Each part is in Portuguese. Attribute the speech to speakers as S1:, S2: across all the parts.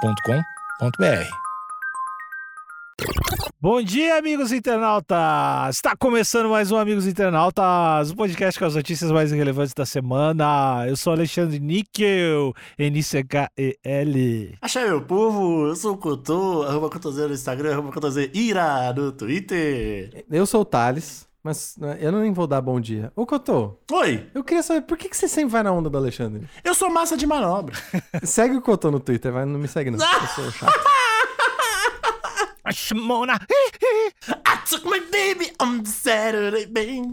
S1: agenciadepodcast.com.br.
S2: Bom dia, amigos internautas! Está começando mais um Amigos Internautas, o podcast com as notícias mais relevantes da semana. Eu sou Alexandre Níquel, N-C-K-E-L.
S3: Achei meu povo, eu sou o Cotô, arroba Cotoseiro no Instagram, arroba Cotoseira no Twitter.
S4: Eu sou o Thales, mas né, eu nem vou dar bom dia. Ô, Cotô,
S3: Oi,
S4: eu queria saber por que, que você sempre vai na onda do Alexandre?
S3: eu sou massa de manobra.
S4: Segue o Cotô no Twitter, vai, não me segue não. Eu sou chato.
S2: Shimona!
S3: I took my baby on Saturday, bem.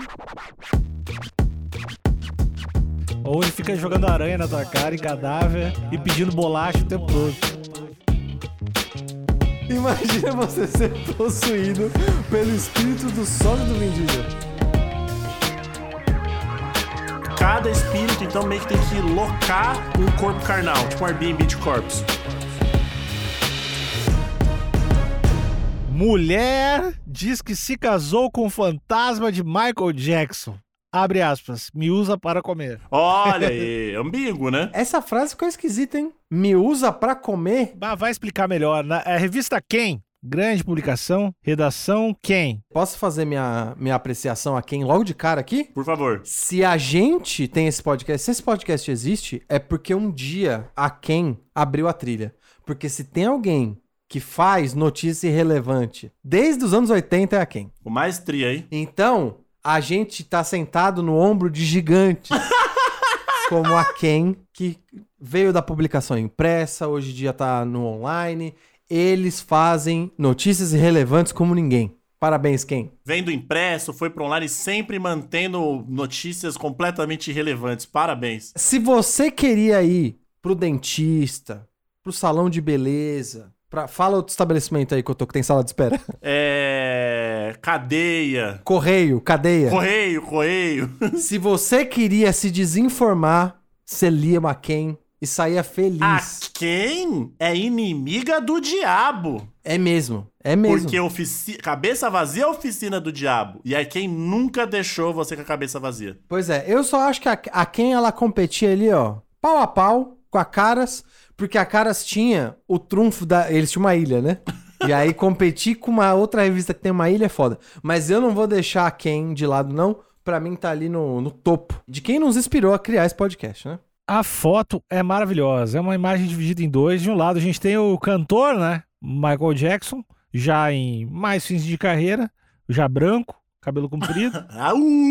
S2: Ou ele fica jogando aranha na tua cara, em cadáver, e pedindo bolacha o tempo todo.
S4: Imagina você ser possuído pelo espírito do sódio do Vin Diesel.
S3: Cada espírito, então, meio que tem que locar um corpo carnal, tipo um Airbnb de corpos.
S2: Mulher diz que se casou com o fantasma de Michael Jackson. Abre aspas, me usa para comer.
S3: Olha aí, ambíguo, né?
S4: Essa frase ficou esquisita, hein? Me usa pra comer?
S2: Bah, vai explicar melhor. Na a revista Quem? Grande publicação, redação Quem?
S4: Posso fazer minha, minha apreciação a quem logo de cara aqui?
S3: Por favor.
S4: Se a gente tem esse podcast, se esse podcast existe, é porque um dia a quem abriu a trilha. Porque se tem alguém que faz notícia irrelevante desde os anos 80 é a quem.
S3: O mais tria, hein?
S4: Então, a gente tá sentado no ombro de gigantes. como a Ken, que veio da publicação impressa, hoje em dia tá no online. Eles fazem notícias irrelevantes como ninguém. Parabéns, Ken.
S3: Vendo impresso, foi pro online sempre mantendo notícias completamente irrelevantes. Parabéns.
S4: Se você queria ir pro dentista, pro salão de beleza, pra... fala outro estabelecimento aí que eu tô que tem sala de espera.
S3: É. Cadeia.
S4: Correio,
S3: É.
S4: cadeia.
S3: Correio, correio.
S4: Se você queria se desinformar, você lia McCain e saía feliz.
S3: A quem é inimiga do diabo?
S4: É mesmo, é mesmo.
S3: Porque ofici... cabeça vazia é a oficina do diabo. E a quem nunca deixou você com a cabeça vazia.
S4: Pois é, eu só acho que a, a quem ela competia ali, ó, pau a pau com a Caras, porque a Caras tinha o trunfo da. Eles tinham uma ilha, né? E aí competir com uma outra revista que tem uma ilha é foda. Mas eu não vou deixar a quem de lado, não. Pra mim tá ali no, no topo. De quem nos inspirou a criar esse podcast, né?
S2: A foto é maravilhosa. É uma imagem dividida em dois. De um lado a gente tem o cantor, né? Michael Jackson, já em mais fins de carreira, já branco, cabelo comprido.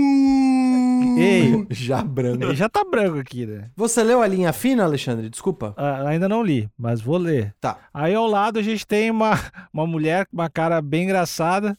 S3: Au!
S2: Ei,
S4: Já branco.
S2: ele já tá branco aqui, né?
S4: Você leu a linha fina, Alexandre? Desculpa.
S2: Ah, ainda não li, mas vou ler.
S4: Tá.
S2: Aí ao lado a gente tem uma, uma mulher com uma cara bem engraçada.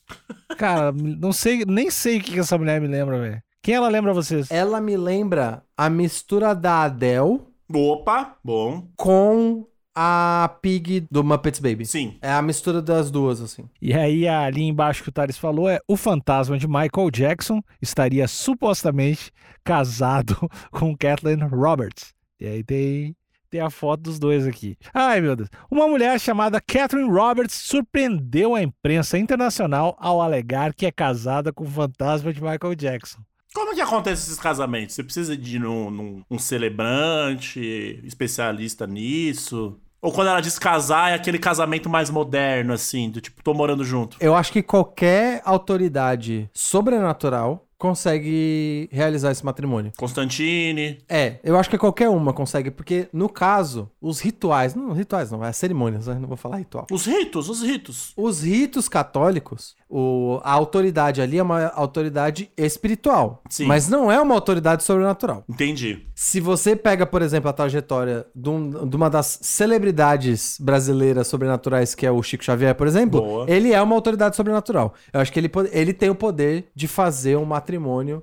S2: Cara, não sei, nem sei o que que essa mulher me lembra, velho. Quem ela lembra vocês?
S4: Ela me lembra a mistura da Adele
S3: Opa, bom.
S4: com a Pig do Muppets Baby.
S3: Sim.
S4: É a mistura das duas, assim.
S2: E aí ali embaixo que o Thales falou é o fantasma de Michael Jackson estaria supostamente casado com Kathleen Roberts. E aí tem, tem a foto dos dois aqui. Ai meu Deus. Uma mulher chamada Kathleen Roberts surpreendeu a imprensa internacional ao alegar que é casada com o fantasma de Michael Jackson.
S3: Como que acontece esses casamentos? Você precisa de num, num- um celebrante, especialista nisso? Ou quando ela diz casar, é aquele casamento mais moderno, assim, do tipo, tô morando junto.
S4: Eu acho que qualquer autoridade sobrenatural consegue realizar esse matrimônio.
S3: Constantine.
S4: É, eu acho que qualquer uma consegue, porque no caso, os rituais, não, rituais não, é cerimônias, né? não vou falar ritual.
S3: Os ritos, os ritos.
S4: Os ritos católicos, o- a autoridade ali é uma autoridade espiritual,
S3: Sim.
S4: mas não é uma autoridade sobrenatural.
S3: Entendi.
S4: Se você pega, por exemplo, a trajetória de, um- de uma das celebridades brasileiras sobrenaturais, que é o Chico Xavier, por exemplo,
S3: Boa.
S4: ele é uma autoridade sobrenatural. Eu acho que ele, po- ele tem o poder de fazer um matrimônio.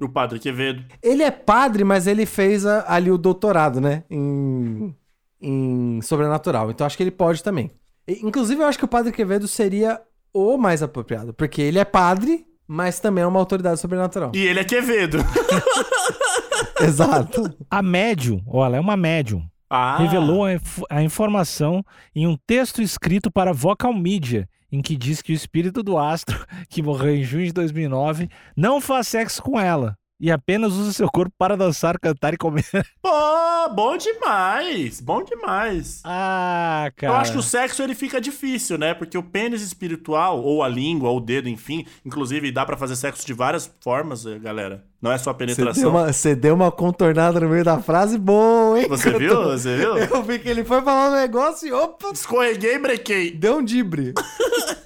S3: E o padre Quevedo.
S4: Ele é padre, mas ele fez a- ali o doutorado, né? Em, em sobrenatural. Então acho que ele pode também. E, inclusive, eu acho que o padre Quevedo seria o mais apropriado, porque ele é padre, mas também é uma autoridade sobrenatural.
S3: E ele é Quevedo.
S4: Exato.
S2: A médium, olha, é uma médium.
S3: Ah.
S2: revelou a, inf- a informação em um texto escrito para Vocal Media, em que diz que o espírito do astro, que morreu em junho de 2009, não faz sexo com ela, e apenas usa seu corpo para dançar, cantar e comer.
S3: Pô, bom demais. Bom demais.
S2: Ah, cara.
S3: Eu acho que o sexo ele fica difícil, né? Porque o pênis espiritual, ou a língua, ou o dedo, enfim. Inclusive, dá pra fazer sexo de várias formas, eh, galera. Não é só a
S4: Você deu,
S3: penetração.
S4: uma, você deu uma contornada no meio da frase boa, hein?
S3: Você viu? Você viu?
S4: Eu vi que ele foi falar um negócio e opa,
S3: Escorreguei e brequei.
S4: deu um dibre.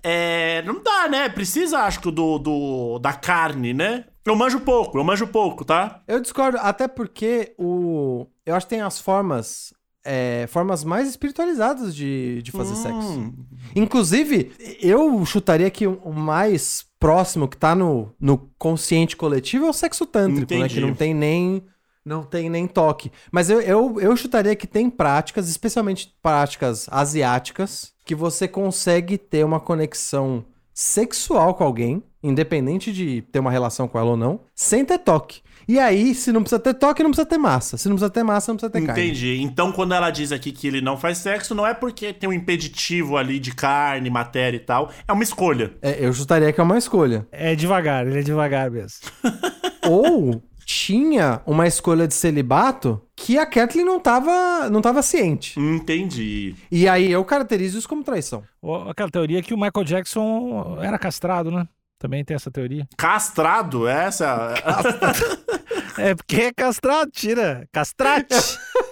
S3: É, não dá, né? Precisa, acho que, do, do, da carne, né? Eu manjo pouco, eu manjo pouco, tá?
S4: Eu discordo, até porque o. Eu acho que tem as formas. é, formas mais espiritualizadas de, de fazer sexo.
S3: Hum,
S4: Inclusive, eu chutaria que o mais próximo que tá no, no consciente coletivo é o sexo tântrico, né?
S3: Entendi.
S4: Que não tem nem. Não tem nem toque. Mas eu, eu, eu chutaria que tem práticas, especialmente práticas asiáticas, que você consegue ter uma conexão sexual com alguém, independente de ter uma relação com ela ou não, sem ter toque. E aí, se não precisa ter toque, não precisa ter massa. Se não precisa ter massa, não precisa ter carne.
S3: entendi. Então, quando ela diz aqui que ele não faz sexo, não é porque tem um impeditivo ali de carne, matéria e tal. É uma escolha.
S4: É, eu chutaria que é uma escolha.
S2: É devagar, ele é devagar mesmo.
S4: ou tinha uma escolha de celibato que a Kathleen não tava, não tava ciente.
S3: Entendi.
S4: E aí eu caracterizo isso como traição.
S2: Ó, Aquela teoria que o Michael Jackson era castrado, né? Também tem essa teoria.
S3: Castrado, essa.
S2: É porque é castrado, tira. Castrate.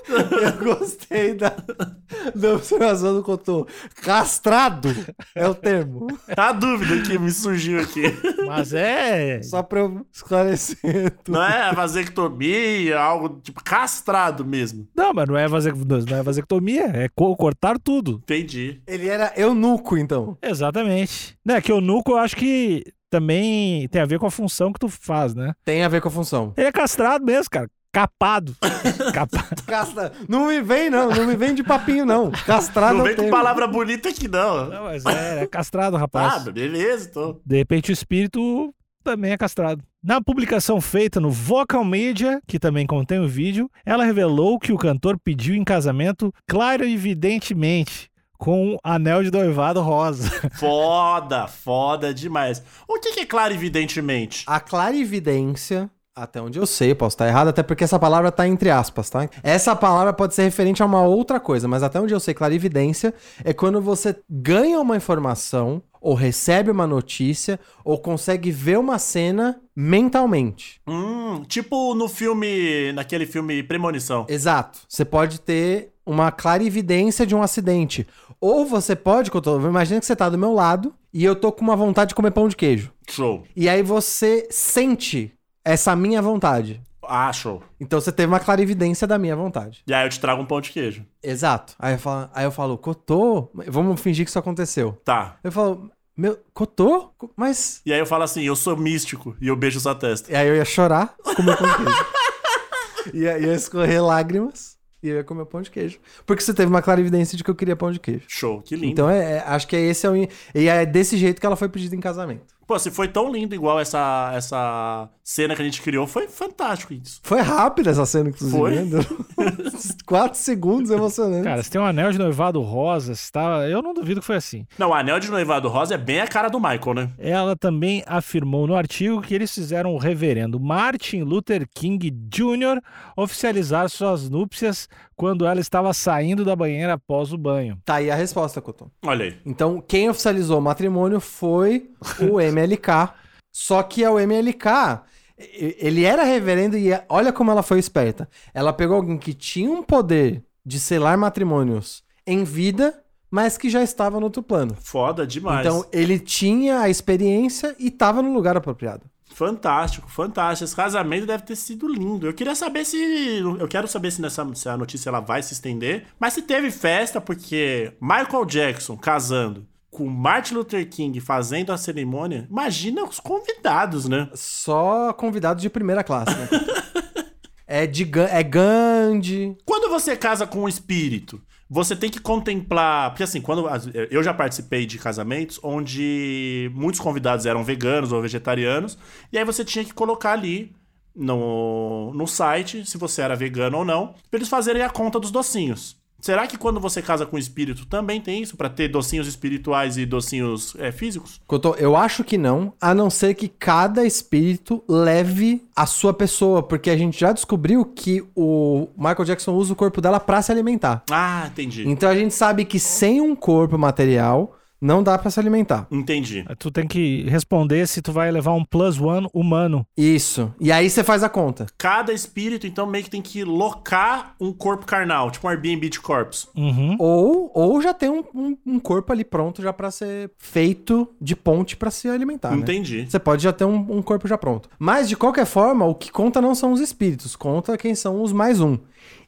S4: Eu gostei da, da observação do Cotô. Castrado é o termo.
S3: tá A dúvida que me surgiu aqui.
S2: Mas é.
S4: Só pra eu esclarecer tudo.
S3: Não é vasectomia, algo tipo castrado mesmo.
S2: Não, mas não é, vase... não é vasectomia, é co- cortar tudo.
S3: Entendi.
S4: Ele era eunuco, então.
S2: Exatamente. Né, que o nuco eu acho que também tem a ver com a função que tu faz, né?
S4: Tem a ver com a função.
S2: Ele é castrado mesmo, cara. Capado. Capa...
S4: Castra... Não me vem, não. Não me vem de papinho, não. Castrado
S3: não
S4: é
S3: vem
S4: o
S3: com
S4: termo.
S3: palavra bonita aqui, não.
S2: Não, mas é, é castrado, rapaz.
S3: Tá, beleza, então.
S2: De repente o espírito também é castrado. Na publicação feita no Vocal Media, que também contém o vídeo, ela revelou que o cantor pediu em casamento, claro e evidentemente, com um anel de noivado rosa.
S3: Foda, foda demais. O que, que é claro, evidentemente?
S4: A clarividência, até onde eu sei, posso estar errado, até porque essa palavra tá entre aspas, tá? Essa palavra pode ser referente a uma outra coisa, mas até onde eu sei, clarividência é quando você ganha uma informação ou recebe uma notícia ou consegue ver uma cena mentalmente.
S3: Hum, tipo no filme. Naquele filme Premonição.
S4: Exato. Você pode ter uma clarividência de um acidente. Ou você pode, Cotô, imagina que você tá do meu lado e eu tô com uma vontade de comer pão de queijo.
S3: Show.
S4: E aí você sente essa minha vontade.
S3: Ah, show.
S4: Então você teve uma clarividência da minha vontade.
S3: E aí eu te trago um pão de queijo.
S4: Exato. Aí eu falo, aí eu falo Cotô, vamos fingir que isso aconteceu.
S3: Tá.
S4: Eu falo, meu, Cotô? Co- Mas.
S3: E aí eu falo assim, eu sou místico e eu beijo sua testa.
S4: E aí eu ia chorar, comer pão de queijo. ia, ia escorrer lágrimas e eu ia comer pão de queijo. Porque você teve uma clarividência de que eu queria pão de queijo.
S3: Show, que lindo.
S4: Então é, é- acho que é esse é o. in- E é desse jeito que ela foi pedida em casamento.
S3: Pô, se foi tão lindo igual essa, essa cena que a gente criou, foi fantástico isso.
S4: Foi rápida essa cena, inclusive.
S3: Foi.
S4: né? Durou uns Quatro segundos emocionante.
S2: Cara, se tem um anel de noivado rosa, se tá... eu não duvido que foi assim.
S3: Não, o anel de noivado rosa é bem a cara do Michael, né?
S2: Ela também afirmou no artigo que eles fizeram o reverendo Martin Luther King Jr. oficializar suas núpcias quando ela estava saindo da banheira após o banho.
S4: Tá aí a resposta, Cotô.
S3: Olha aí.
S4: Então, quem oficializou o matrimônio foi o MLK. Só que é o MLK, e- ele era reverendo e é, olha como ela foi esperta. Ela pegou alguém que tinha um poder de selar matrimônios em vida, mas que já estava no outro plano.
S3: Foda demais.
S4: Então, ele tinha a experiência e estava no lugar apropriado.
S3: Fantástico, fantástico. Esse casamento deve ter sido lindo. Eu queria saber se. Eu quero saber se, nessa, se a notícia ela vai se estender. Mas se teve festa, porque Michael Jackson casando com Martin Luther King fazendo a cerimônia, imagina os convidados, né?
S4: Só convidado de primeira classe, né? é, de, Gan- é Gandhi.
S3: Quando você casa com um espírito, você tem que contemplar. Porque assim, quando. as- Eu já participei de casamentos onde muitos convidados eram veganos ou vegetarianos. E aí você tinha que colocar ali no, no site se você era vegano ou não. Pra eles fazerem a conta dos docinhos. Será que quando você casa com um espírito também tem isso? Pra ter docinhos espirituais e docinhos é, físicos?
S4: Cotô, eu acho que não, a não ser que cada espírito leve a sua pessoa, porque a gente já descobriu que o Michael Jackson usa o corpo dela pra se alimentar.
S3: Ah, entendi.
S4: Então a gente sabe que sem um corpo material não dá pra se alimentar.
S3: Entendi.
S2: Tu tem que responder se tu vai levar um plus one humano.
S4: Isso. E aí você faz a conta.
S3: Cada espírito, então, meio que tem que locar um corpo carnal, tipo um Airbnb de corpos.
S2: Uhum.
S4: Ou, ou já tem um, um- um corpo ali pronto já pra ser feito de ponte pra se alimentar. né?
S3: Entendi.
S4: Você pode já ter um, um corpo já pronto. Mas, de qualquer forma, o que conta não são os espíritos, conta quem são os mais um.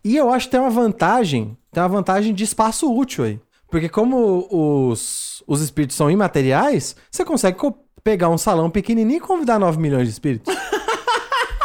S4: E eu acho que tem uma vantagem, tem uma vantagem de espaço útil aí. Porque como os, os espíritos são imateriais, você consegue co- pegar um salão pequenininho e convidar 9 milhões de espíritos.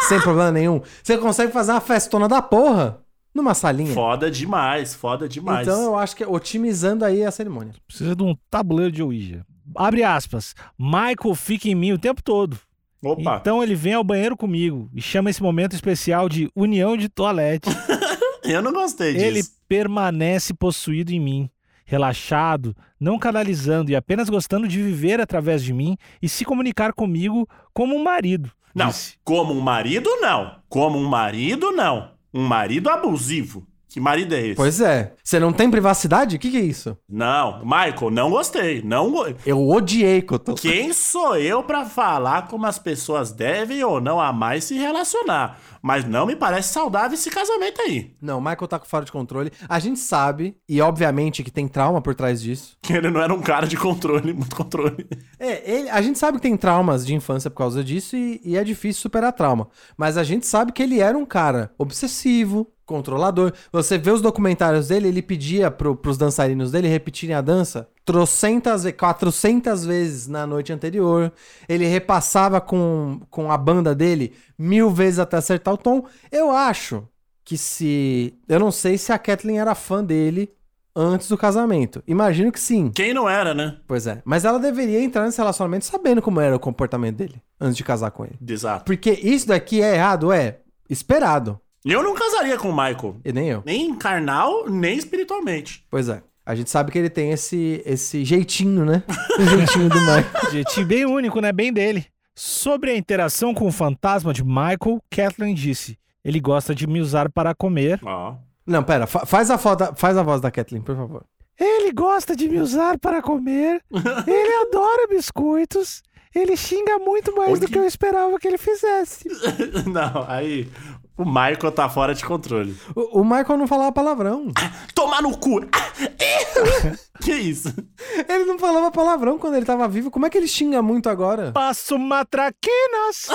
S4: Sem problema nenhum. Você consegue fazer uma festona da porra numa salinha.
S3: Foda demais, foda demais.
S4: Então eu acho que é otimizando aí a cerimônia.
S2: Precisa de um tabuleiro de Ouija. Abre aspas. Michael fica em mim o tempo todo.
S3: Opa.
S2: Então ele vem ao banheiro comigo e chama esse momento especial de união de toalete.
S4: então,
S3: Eu não gostei disso.
S2: Ele permanece possuído em mim, relaxado, não canalizando e apenas gostando de viver através de mim e se comunicar comigo como um marido.
S3: Não,
S2: disse.
S3: como um marido, não. Como um marido, não. Um marido abusivo. Que marido é esse?
S4: Pois é. Você não tem privacidade? O que, que é isso?
S3: Não, Michael, não gostei. Não go-
S4: Eu odiei que eu tô.
S3: Quem sou eu pra falar como as pessoas devem ou não amar e se relacionar? Mas não me parece saudável esse casamento aí.
S4: Não, o Michael tá com fora de controle. A gente sabe, e obviamente que tem trauma por trás disso.
S3: Que ele não era um cara de controle, muito controle.
S4: É, ele- a gente sabe que tem traumas de infância por causa disso e, e é difícil superar trauma. Mas a gente sabe que ele era um cara obsessivo, controlador. Você vê os documentários dele, ele pedia pro, pros dançarinos dele repetirem a dança trocentas, ve- 400 vezes na noite anterior. Ele repassava com, com a banda dele mil vezes até acertar o tom. Eu acho que se... Eu não sei se a Kathleen era fã dele antes do casamento. Imagino que sim.
S3: Quem não era, né?
S4: Pois é. Mas ela deveria entrar nesse relacionamento sabendo como era o comportamento dele antes de casar com ele.
S3: Exato.
S4: Porque isso daqui é errado, é esperado.
S3: Eu não casaria com o Michael.
S4: E nem eu.
S3: Nem carnal, nem espiritualmente.
S4: Pois é. A gente sabe que ele tem esse, esse jeitinho, né? O jeitinho do Mike.
S2: Jeitinho bem único, né? Bem dele. Sobre a interação com o fantasma de Michael, Kathleen disse: Ele gosta de me usar para comer.
S3: Ó.
S4: Não, pera. fa- faz, a foda, faz a voz da Kathleen, por favor.
S2: Ele gosta de me usar para comer. Ele adora biscoitos. Ele xinga muito mais do que eu esperava que ele fizesse.
S3: Não, aí. O Michael tá fora de controle.
S4: O, o Michael não falava palavrão.
S3: Tomar no cu! que isso?
S4: Ele não falava palavrão quando ele tava vivo. Como é que ele xinga muito agora?
S2: Passo matraquinas.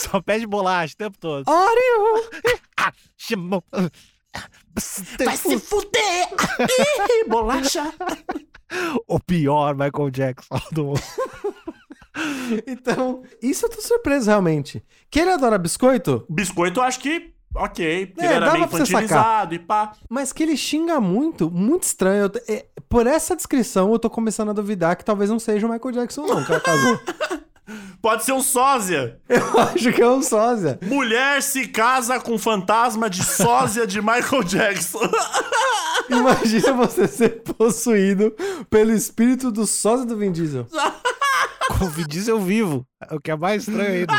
S2: Só pede bolacha o tempo todo.
S4: Oreo!
S2: Ah, chamou.
S3: fuder! Bolacha!
S2: O pior Michael Jackson do mundo.
S4: Então, isso eu tô surpreso, realmente. Que ele adora biscoito,
S3: Biscoito, eu acho que. Ok, porque
S4: É,
S3: ele era
S4: dava
S3: meio
S4: pra você sacar.
S3: infantilizado e pá.
S4: Mas que ele xinga muito, muito estranho. Eu t- é, por essa descrição, eu tô começando a duvidar que talvez não seja o Michael Jackson, não, que ela casou.
S3: Pode ser um sósia.
S4: eu acho que é um sósia.
S3: Mulher se casa com fantasma de sósia de Michael Jackson.
S4: Imagina você ser possuído pelo espírito do sósia do Vin Diesel.
S2: Covid eu vivo. É O que é mais estranho ainda.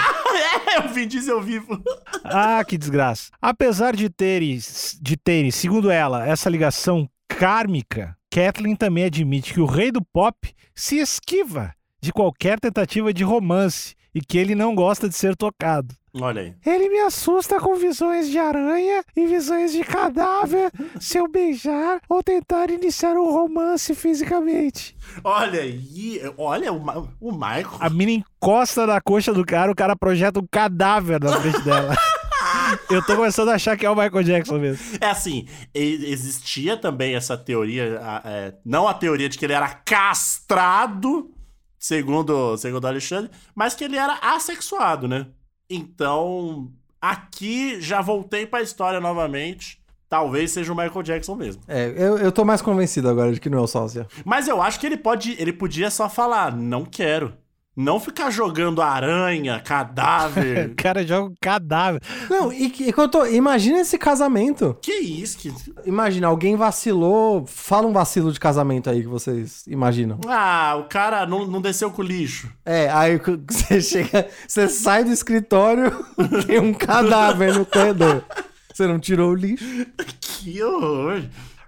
S3: é, o Vin Diesel vivo.
S2: Ah, que desgraça. Apesar de terem, de terem, segundo ela, essa ligação kármica, Kathleen também admite que o rei do pop se esquiva de qualquer tentativa de romance e que ele não gosta de ser tocado.
S3: Olha aí.
S2: Ele me assusta com visões de aranha e visões de cadáver se eu beijar ou tentar iniciar um romance fisicamente.
S3: Olha aí. Olha o, Ma- o Michael.
S2: A mina encosta na coxa do cara, o cara projeta um cadáver na frente dela. Eu tô começando a achar que é o Michael Jackson mesmo.
S3: É assim, e- existia também essa teoria, a- é, não a teoria de que ele era castrado, segundo, segundo Alexandre, mas que ele era assexuado, né? Então, aqui já voltei pra história novamente. Talvez seja o Michael Jackson mesmo.
S4: É, eu, eu tô mais convencido agora de que não é o sósia.
S3: Mas eu acho que ele pode, ele podia só falar, não quero. Não ficar jogando aranha, cadáver.
S2: O cara joga um cadáver.
S4: Não, e, que- e que eu tô. Imagina esse casamento.
S3: que isso? Que...
S4: Imagina, alguém vacilou. Fala um vacilo de casamento aí que vocês imaginam.
S3: Ah, o cara não, não desceu com o lixo.
S4: É, aí c- você chega. Você sai do escritório, tem um cadáver no corredor. Você não tirou o lixo.
S3: Que horror.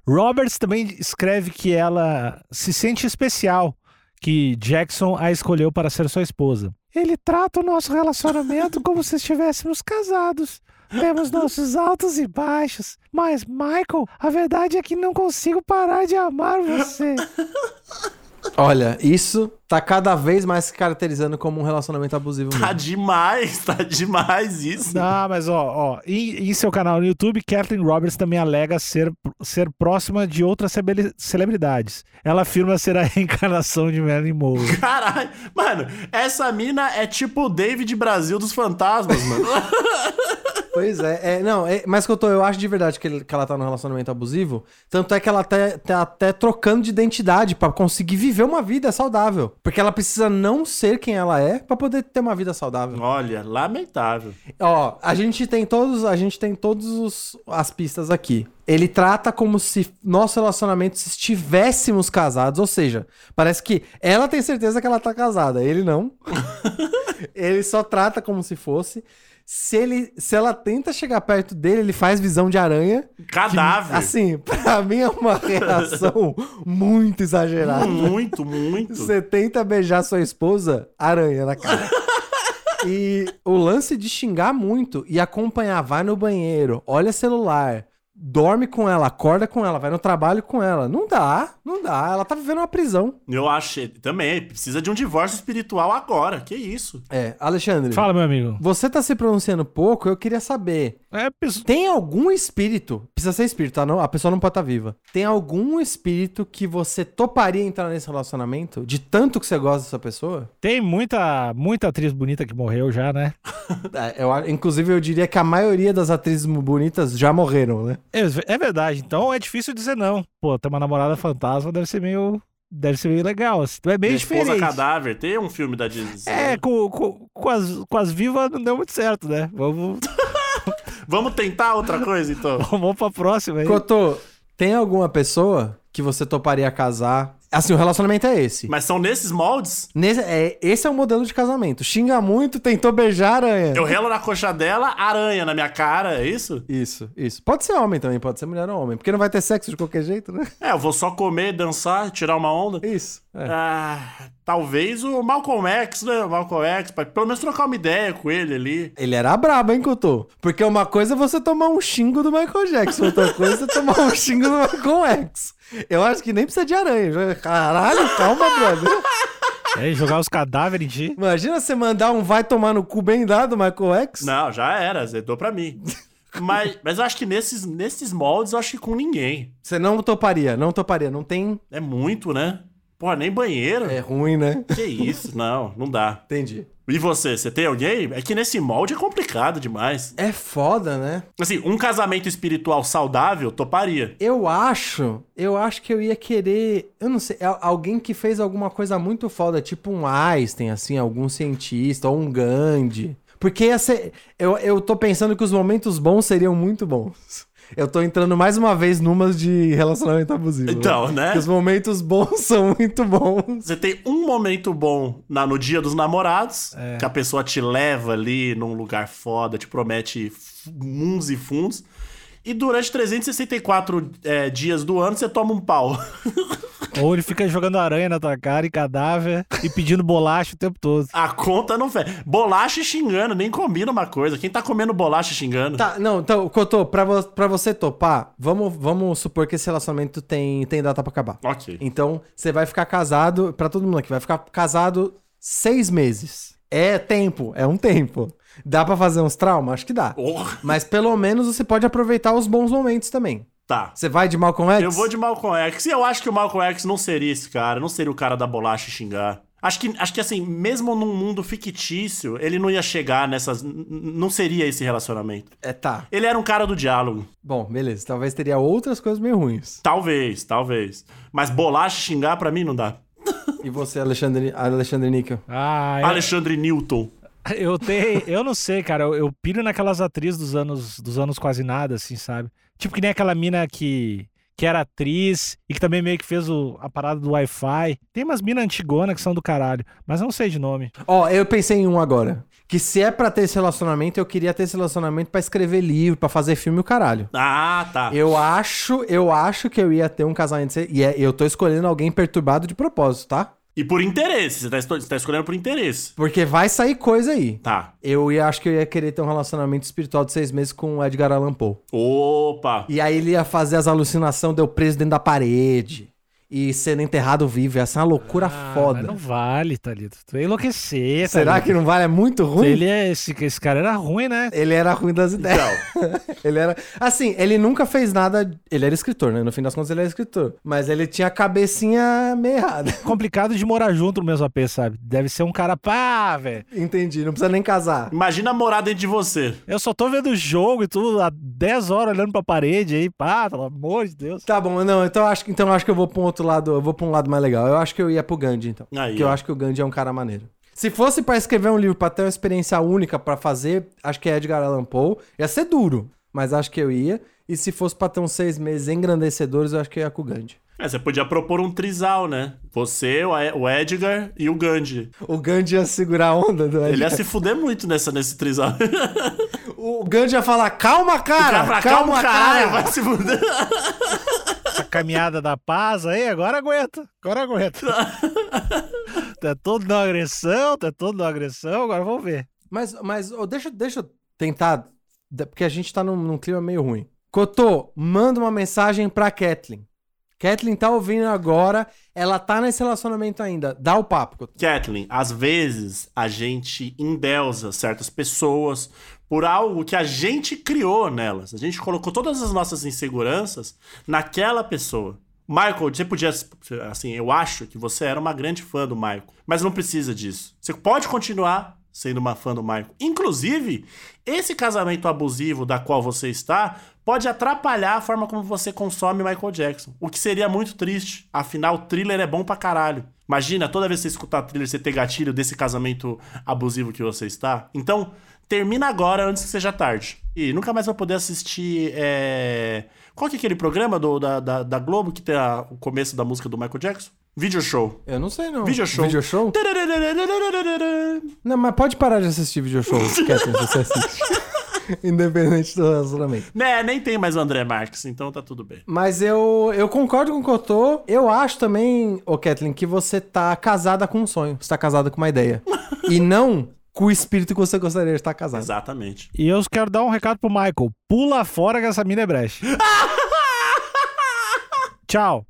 S2: Roberts também escreve que ela se sente especial, que Jackson a escolheu para ser sua esposa. Ele trata o nosso relacionamento como se estivéssemos casados. Temos nossos altos e baixos. Mas, Michael, a verdade é que não consigo parar de amar você.
S4: Olha, isso tá cada vez mais se caracterizando como um relacionamento abusivo
S3: Tá
S4: mesmo.
S3: demais, tá demais isso.
S2: Ah, mas ó, ó, em, em seu canal no YouTube, Kathleen Roberts também alega ser, ser próxima de outras cebele- celebridades. Ela afirma ser a reencarnação de Marilyn Monroe.
S3: Caralho, mano, essa mina é tipo o David Brasil dos fantasmas, mano.
S4: Pois é, é, não, é- mas que eu tô, eu acho de verdade que, ele- que ela tá num relacionamento abusivo. Tanto é que ela tá, tá até trocando de identidade pra conseguir viver uma vida saudável. Porque ela precisa não ser quem ela é pra poder ter uma vida saudável.
S3: Olha, lamentável.
S4: Ó, a gente tem todos, a gente tem todos os, as pistas aqui. Ele trata como se nosso relacionamento se estivéssemos casados, ou seja, parece que ela tem certeza que ela tá casada, ele não. ele só trata como se fosse. Se, ele, se ela tenta chegar perto dele, ele faz visão de aranha.
S3: Cadáver.
S4: Assim, pra mim é uma reação muito exagerada.
S3: muito, muito.
S2: é
S4: Você tenta beijar sua esposa, aranha na cara. E o lance de xingar muito e acompanhar, vai no banheiro, olha celular, dorme com ela, acorda com ela, vai no trabalho com ela. Não dá, não dá. Ela tá vivendo uma prisão.
S3: Eu achei. Também, precisa de um divórcio espiritual agora. Que isso?
S4: É, Alexandre.
S2: Fala, meu amigo.
S4: Você tá se pronunciando pouco, eu queria saber.
S2: É, pessoa-
S4: Tem algum espírito, precisa ser espírito, tá? Não, a pessoa não pode estar viva. Tem algum espírito que você toparia entrar nesse relacionamento? De tanto que você gosta dessa pessoa?
S2: tem muita, muita atriz bonita que morreu já, né?
S4: É, Eu, a- inclusive, eu diria que a maioria das atrizes mu- bonitas já morreram, né?
S2: É, é verdade, então é difícil dizer não. Pô, ter uma namorada fantasma deve ser meio. Deve ser meio legal. Assim. É meio
S3: Minha esposa
S2: diferente.
S3: cadáver. Tem um filme da Disney.
S2: É, com, com, com as, com as vivas não deu muito certo, né? Vamos,
S3: Vamos tentar outra coisa, então?
S2: vamos pra próxima aí.
S4: Cotô, tem alguma pessoa que você toparia casar? Assim, o relacionamento é esse.
S3: Mas são nesses moldes?
S4: Nesse, é, esse é o modelo de casamento. Xinga muito, tentou beijar a
S2: É.
S4: aranha.
S3: Eu relo na coxa dela, aranha na minha cara, é isso?
S4: Isso, isso. Pode ser homem também, pode ser mulher ou homem. Porque não vai ter sexo de qualquer jeito, né?
S3: É, eu vou só comer, dançar, tirar uma onda.
S4: Isso. é.
S3: Ah, talvez o Malcolm X, né? O Malcolm X, pra pelo menos trocar uma ideia com ele ali.
S4: Ele era brabo, hein, Cotô? Porque uma coisa é você tomar um xingo do Michael Jackson, outra coisa é você tomar um xingo do Michael X. Eu acho que nem precisa de aranha. Caralho, calma, brother.
S2: É, jogar os cadáveres em ti.
S4: Imagina você mandar um vai tomar no cu bem dado, Michael X.
S3: Não, já era, zedou pra mim. Mas, mas eu acho que nesses, nesses moldes, eu acho que com ninguém.
S4: Você não toparia, não toparia. Não tem.
S3: É muito, né? Pô, nem banheiro.
S4: É ruim, né?
S3: Que isso? Não, não dá.
S4: Entendi.
S3: E você, você tem alguém? É que nesse molde é complicado demais.
S4: É foda, né?
S3: Assim, um casamento espiritual saudável, toparia.
S4: Eu acho, eu acho que eu ia querer, eu não sei, al- alguém que fez alguma coisa muito foda, tipo um Einstein, assim, algum cientista, ou um Gandhi. Porque ia ser, eu, eu tô pensando que os momentos bons seriam muito bons. Eu tô entrando mais uma vez numas de relacionamento abusivo.
S3: Então, né?
S4: Que os momentos bons são muito bons.
S3: Você tem um momento bom na, no dia dos namorados, que a pessoa te leva ali num lugar foda, te promete f- mundos e fundos. E durante 364 é, dias do ano, você toma um pau.
S2: Ou ele fica jogando aranha na tua cara e cadáver e pedindo bolacha o tempo todo.
S3: A conta não fez. Bolacha e xingando, nem combina uma coisa. Quem tá comendo bolacha e xingando?
S4: Tá, não, então, Cotô, pra, vo pra você topar, vamos, vamos supor que esse relacionamento tem, tem data pra acabar.
S3: Ok.
S4: Então, você vai ficar casado, pra todo mundo aqui, vai ficar casado seis meses. É tempo, é um tempo. Dá pra fazer uns traumas? Acho que dá.
S3: Oh,
S4: Mas pelo menos você pode aproveitar os bons momentos também.
S3: tá.
S4: Você vai de Malcolm X?
S3: Eu vou de Malcolm X. E eu acho que o Malcolm X não seria esse cara, não seria o cara da bolacha e xingar. Acho que, acho que assim, mesmo num mundo fictício, ele não ia chegar nessas. n- n- Não seria esse relacionamento.
S4: É, tá.
S3: Ele era um cara do diálogo.
S4: Bom, beleza. Talvez teria outras coisas meio ruins.
S3: Talvez, talvez. Mas bolacha e xingar pra mim não dá.
S4: E você, Alexandre, Alexandre Níquel?
S2: Ah, eu-
S3: Alexandre Newton.
S2: Eu tenho, eu não sei, cara. Eu, eu piro naquelas atrizes dos anos, dos anos quase nada, assim, sabe? Tipo que nem aquela mina que, que era atriz e que também meio que fez o- a parada do Wi-Fi. Tem umas minas antigonas que são do caralho, mas eu não sei de nome.
S4: Ó, eu pensei em um agora. Que se é pra ter esse relacionamento, eu queria ter esse relacionamento pra escrever livro, pra fazer filme e o caralho.
S3: Ah, tá.
S4: Eu acho, eu acho que eu ia ter um casamento. sério. E é- eu tô escolhendo alguém perturbado de propósito, tá?
S3: E por interesse, você tá, esto- você tá escolhendo por interesse.
S4: Porque vai sair coisa aí.
S3: Tá.
S4: Eu ia, acho que eu ia querer ter um relacionamento espiritual de seis meses com o Edgar Allan Poe.
S3: Opa.
S4: E aí ele ia fazer as alucinações, deu preso dentro da parede. E sendo enterrado vivo. Ia ser uma loucura
S2: Ah,
S4: foda.
S2: mas não vale, Thalito. Tu ia enlouquecer,
S4: Será que não vale? É muito ruim?
S2: Ele é, esse, esse cara era ruim, né?
S4: Ele era ruim das ideias.
S3: Então,
S4: ele era. Assim, ele nunca fez nada. Ele era escritor, né? No fim das contas, ele era escritor. Mas ele tinha a cabecinha meio errada.
S2: Complicado de morar junto no mesmo AP, sabe? Deve ser um cara, pá, velho.
S4: Entendi, não precisa nem casar.
S3: Imagina morar dentro de você.
S2: Eu só tô vendo o jogo e tudo há 10 horas olhando pra parede aí, pá, pelo amor de Deus.
S4: Tá bom, não, então acho, que- então acho que eu vou pra um outro lado, eu vou pra um lado mais legal. Eu acho que eu ia pro Gandhi, então.
S3: Aí,
S4: Porque eu
S3: ó.
S4: acho que o Gandhi é um cara maneiro. Se fosse pra escrever um livro, pra ter uma experiência única pra fazer, acho que é Edgar Allan Poe. Ia ser duro, mas acho que eu ia. E se fosse pra ter uns seis meses engrandecedores, eu acho que eu ia com o Gandhi.
S3: É, você podia propor um trisal, né? Você, o E- o Edgar e o Gandhi.
S4: O Gandhi ia segurar a onda do
S3: Ele
S4: Edgar.
S3: ia se fuder muito nessa, nesse trisal.
S4: O Gandhi ia falar, calma, cara!
S3: Pra cá,
S4: calma,
S3: um
S4: cara!
S3: caralho, vai se fuder.
S2: essa caminhada da paz aí, agora aguenta. Agora aguenta. tá todo na agressão, tá todo na agressão, agora vamos ver.
S4: Mas, mas ô, deixa, deixa eu tentar, da- porque a gente tá num, num clima meio ruim. Cotô, manda uma mensagem pra Kathleen. Kathleen tá ouvindo agora, ela tá nesse relacionamento ainda. Dá o papo, Cotô.
S3: Kathleen, às vezes a gente endeusa certas pessoas por algo que a gente criou nelas. A gente colocou todas as nossas inseguranças naquela pessoa. Michael, você podia. Assim, eu acho que você era uma grande fã do Michael, mas não precisa disso. Você pode continuar sendo uma fã do Michael. Inclusive, esse casamento abusivo da qual você está pode atrapalhar a forma como você consome Michael Jackson, o que seria muito triste. Afinal, thriller é bom pra caralho. Imagina, toda vez que você escutar thriller, você ter gatilho desse casamento abusivo que você está. Então, termina agora antes que seja tarde. E nunca mais vai poder assistir. é, Qual que é aquele programa do- da, da, da Globo que tem a- o começo da música do Michael Jackson? Video show.
S4: Eu não sei, não.
S3: Video show.
S4: Video show? Não, mas pode parar de assistir video show, Kathleen, se você assiste. Independente do relacionamento.
S3: Né, nem tem mais o André Marques, então tá tudo bem.
S4: Mas eu, eu concordo com o Cotô. Eu acho também, ô Kathleen, que você tá casada com um sonho. Você tá casada com uma ideia. e não com o espírito que você gostaria de estar casado.
S3: Exatamente.
S2: E eu quero dar um recado pro Michael. Pula fora que essa mina é brecha. Tchau.